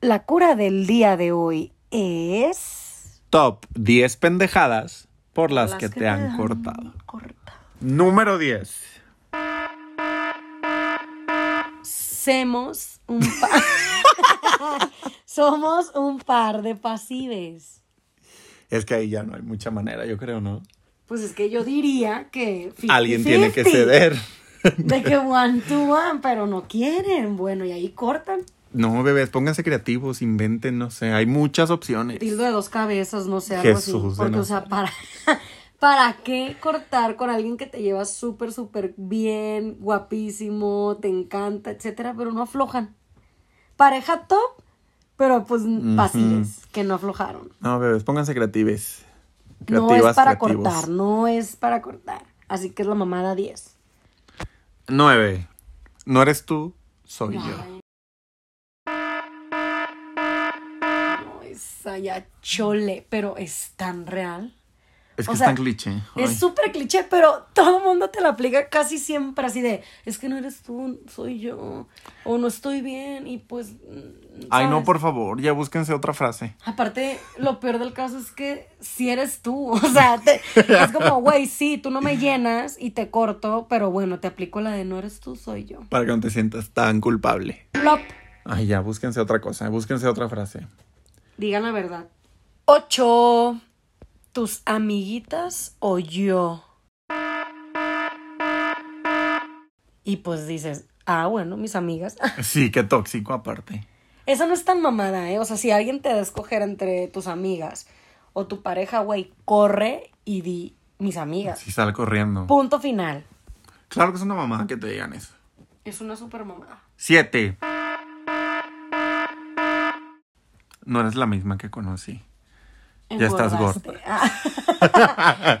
La cura del día de hoy es... Top 10 pendejadas por las, Las que, te, han cortado. cortado. Número 10. Semos un par... Somos un par de pasives. Es que ahí ya no hay mucha manera, yo creo, ¿no? Pues es que yo diría que... 50-50. Alguien tiene que ceder. De que one to one, pero no quieren. Bueno, y ahí cortan. No, bebés, pónganse creativos, inventen, no sé. Hay muchas opciones. Tildo de dos cabezas, no sé, algo así. Jesús de Porque, o sea, para, ¿para qué cortar con alguien que te lleva súper, súper bien, guapísimo, te encanta, etcétera, pero no aflojan? Pareja top, pero pues pasiles, que no aflojaron. No, bebés, pónganse creatives. No es para cortar, no es para cortar. Así que es la mamada 10. 9. No eres tú, soy yo. Ay. No, esa ya chole, pero es tan real. Es que o es sea, tan cliché. Ay. Es súper cliché, pero todo el mundo te la aplica casi siempre así de, es que no eres tú, soy yo, o no estoy bien, y pues... mm, Ay, no, ¿sabes? por favor, ya búsquense otra frase. Aparte, lo peor del caso es que si eres tú, o sea, te- es como, güey, sí, tú no me llenas y te corto, pero bueno, te aplico la de no eres tú, soy yo. Para que no te sientas tan culpable. Plop, Ay, ya, búsquense otra cosa, búsquense otra frase. digan la verdad. Ocho, tus amiguitas o yo. Y pues dices, ah, bueno, mis amigas. Sí, qué tóxico aparte. Esa no es tan mamada, ¿eh? O sea, si alguien te da a escoger entre tus amigas o tu pareja, güey, corre y di mis amigas. Sí, sal corriendo. Punto final. Claro que es una mamada que te digan eso. Es una super mamada. 7. No eres la misma que conocí. Ya estás gorda.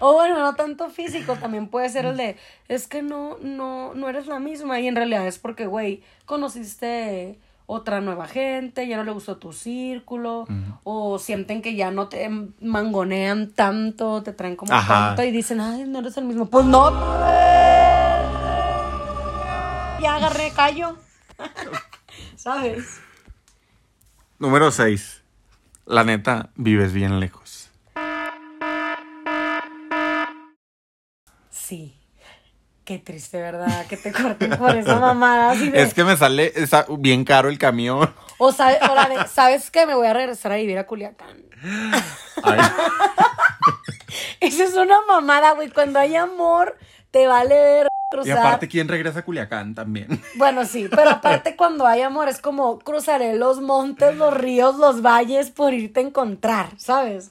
o bueno, no tanto físico, también puede ser el de, es que no, no, no eres la misma. Y en realidad es porque, güey, conociste otra nueva gente, ya no le gustó tu círculo, o sienten que ya no te mangonean tanto, te traen como Ajá. tanto y dicen, ay, no eres el mismo. Pues no. Ya agarré callo. ¿Sabes? Número 6. La neta, vives bien lejos. Sí. Qué triste, ¿verdad? Que te corten por esa mamada. así de- Es que me sale esa- bien caro el camión. O, sabe- o la de, ¿sabes qué? Me voy a regresar a vivir a Culiacán. Ay, Esa es una mamada, güey. Cuando hay amor, te vale ver. y Cruzar. aparte, ¿quién regresa a Culiacán también? Bueno, sí, pero aparte cuando hay amor es como cruzaré los montes, los ríos, los valles por irte a encontrar, ¿sabes?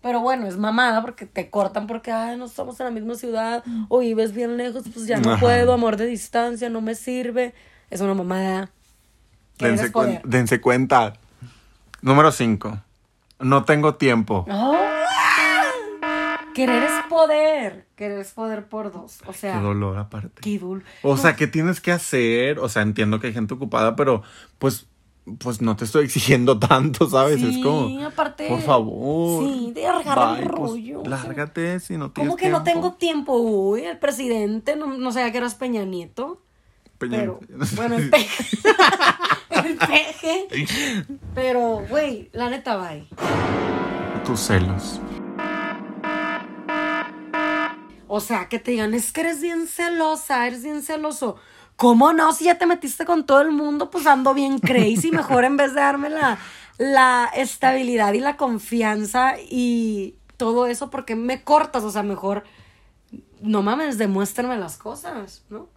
Pero bueno, es mamada porque te cortan porque, ay, no estamos en la misma ciudad o vives bien lejos, pues ya no Ajá. puedo, amor de distancia, no me sirve. Es una mamada. Que Dense, eres poder. cuen- dense cuenta. Número 5. No tengo tiempo. ¡Oh! ¡Ah! Querer es poder. Querer es poder por dos. O Qué sea, dolor aparte. qué dul- O sea, ¿qué tienes que hacer? O sea, entiendo que hay gente ocupada, pero pues, pues no te estoy exigiendo tanto, ¿sabes? Sí, es como, aparte- por favor. Sí, de agarrar el bye, pues, rollo. lárgate si no tienes ¿Cómo que no tiempo. tengo tiempo? Uy, el presidente, no, no sabía que eras Peña Nieto. Peña- Pero, bueno, el peje. el peje. Pero, güey, la neta, bye. Tus celos. O sea, que te digan, es que eres bien celosa, eres bien celoso. ¿Cómo no? Si ya te metiste con todo el mundo, pues ando bien crazy. Mejor en vez de darme la, la estabilidad y la confianza y todo eso, porque me cortas. O sea, mejor, no mames, demuéstrame las cosas, ¿no?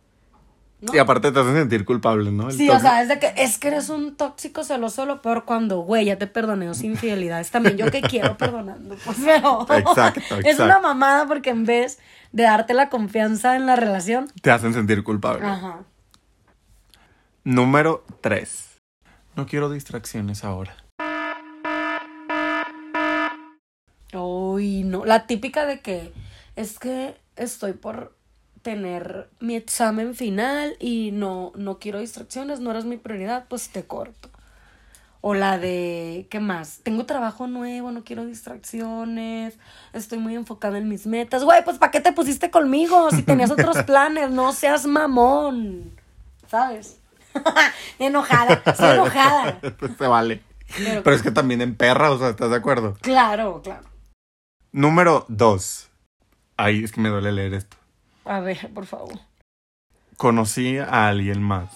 No. Y aparte te hacen sentir culpable, ¿no? El Sí, o toque. sea, es de que es que eres un tóxico celoso, lo peor cuando, güey, ya te perdoné dos infidelidades. También yo que quiero perdonando, pues, pero Exacto, es exacto. una mamada porque en vez de darte la confianza en la relación, Te hacen sentir culpable. ajá. Número 3. No quiero distracciones ahora. Uy, no, la típica de que es que estoy por tener mi examen final y no no quiero distracciones, no eres mi prioridad, pues te corto. O la de, ¿qué más? Tengo trabajo nuevo, no quiero distracciones, estoy muy enfocada en mis metas. Güey, pues ¿para qué te pusiste conmigo si tenías otros planes? No seas mamón. ¿Sabes? enojada, estoy enojada. Se vale. Pero- Pero es que también en perra, o sea, ¿estás de acuerdo? Claro, claro. Número dos. Ay, es que me duele leer esto. A ver, por favor. Conocí a alguien más.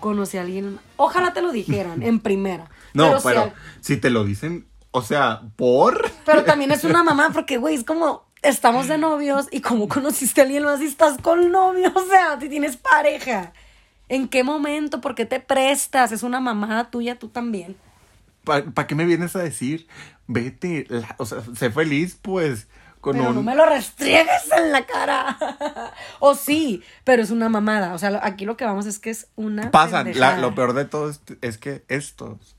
Conocí a alguien. Ojalá te lo dijeran en primera. No, sí pero, al- si te lo dicen, o sea, por. Pero también es una mamá, porque, güey, es como, estamos de novios y como conociste a alguien más y estás con novio, o sea, si tienes pareja. ¿En qué momento? ¿Por qué te prestas? Es una mamada tuya, tú también. ¿Para qué me vienes a decir? Vete, la- o sea, sé feliz, pues, con Pero un. no me lo restriegues en la cara. o sí, pero es una mamada. O sea, lo- aquí lo que vamos es que es una. Pasan. pendejada. La- lo peor de todo es, es que estos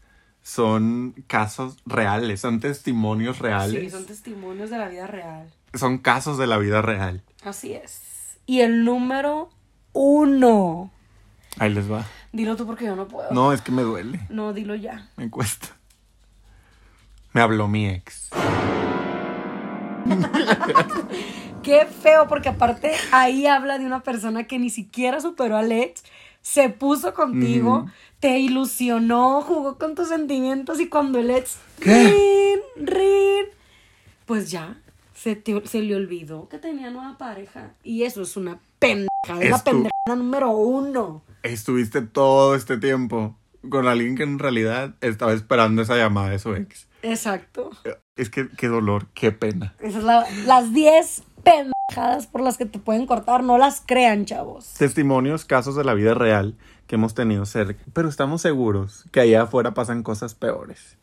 son casos reales, son testimonios reales. Sí, son testimonios de la vida real. son casos de la vida real. Así es. Y el número uno. Ahí les va. Dilo tú porque yo no puedo. No, es que me duele. No, dilo ya. Me cuesta. Me habló mi ex. Qué feo, porque aparte ahí habla de una persona que ni siquiera superó a Lex, se puso contigo, te ilusionó, jugó con tus sentimientos y cuando el ex, ¿Qué? rin, rin, pues ya, se, te- se le olvidó que tenía nueva pareja. Y eso es una pendeja, es la Es tu- pendejada número uno. Estuviste todo este tiempo con alguien que en realidad estaba esperando esa llamada de su ex. Exacto. Es que qué dolor, qué pena. Esas son la- las 10 pendejadas por las que te pueden cortar, no las crean, chavos. Testimonios, casos de la vida real que hemos tenido cerca. Pero estamos seguros que allá afuera pasan cosas peores.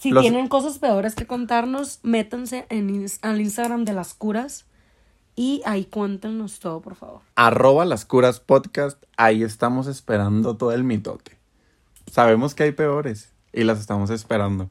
Si Los- tienen cosas peores que contarnos, métanse en ins- al Instagram de las curas y ahí cuéntenos todo, por favor. Arroba las curas podcast. Ahí estamos esperando todo el mitote. Sabemos que hay peores y las estamos esperando.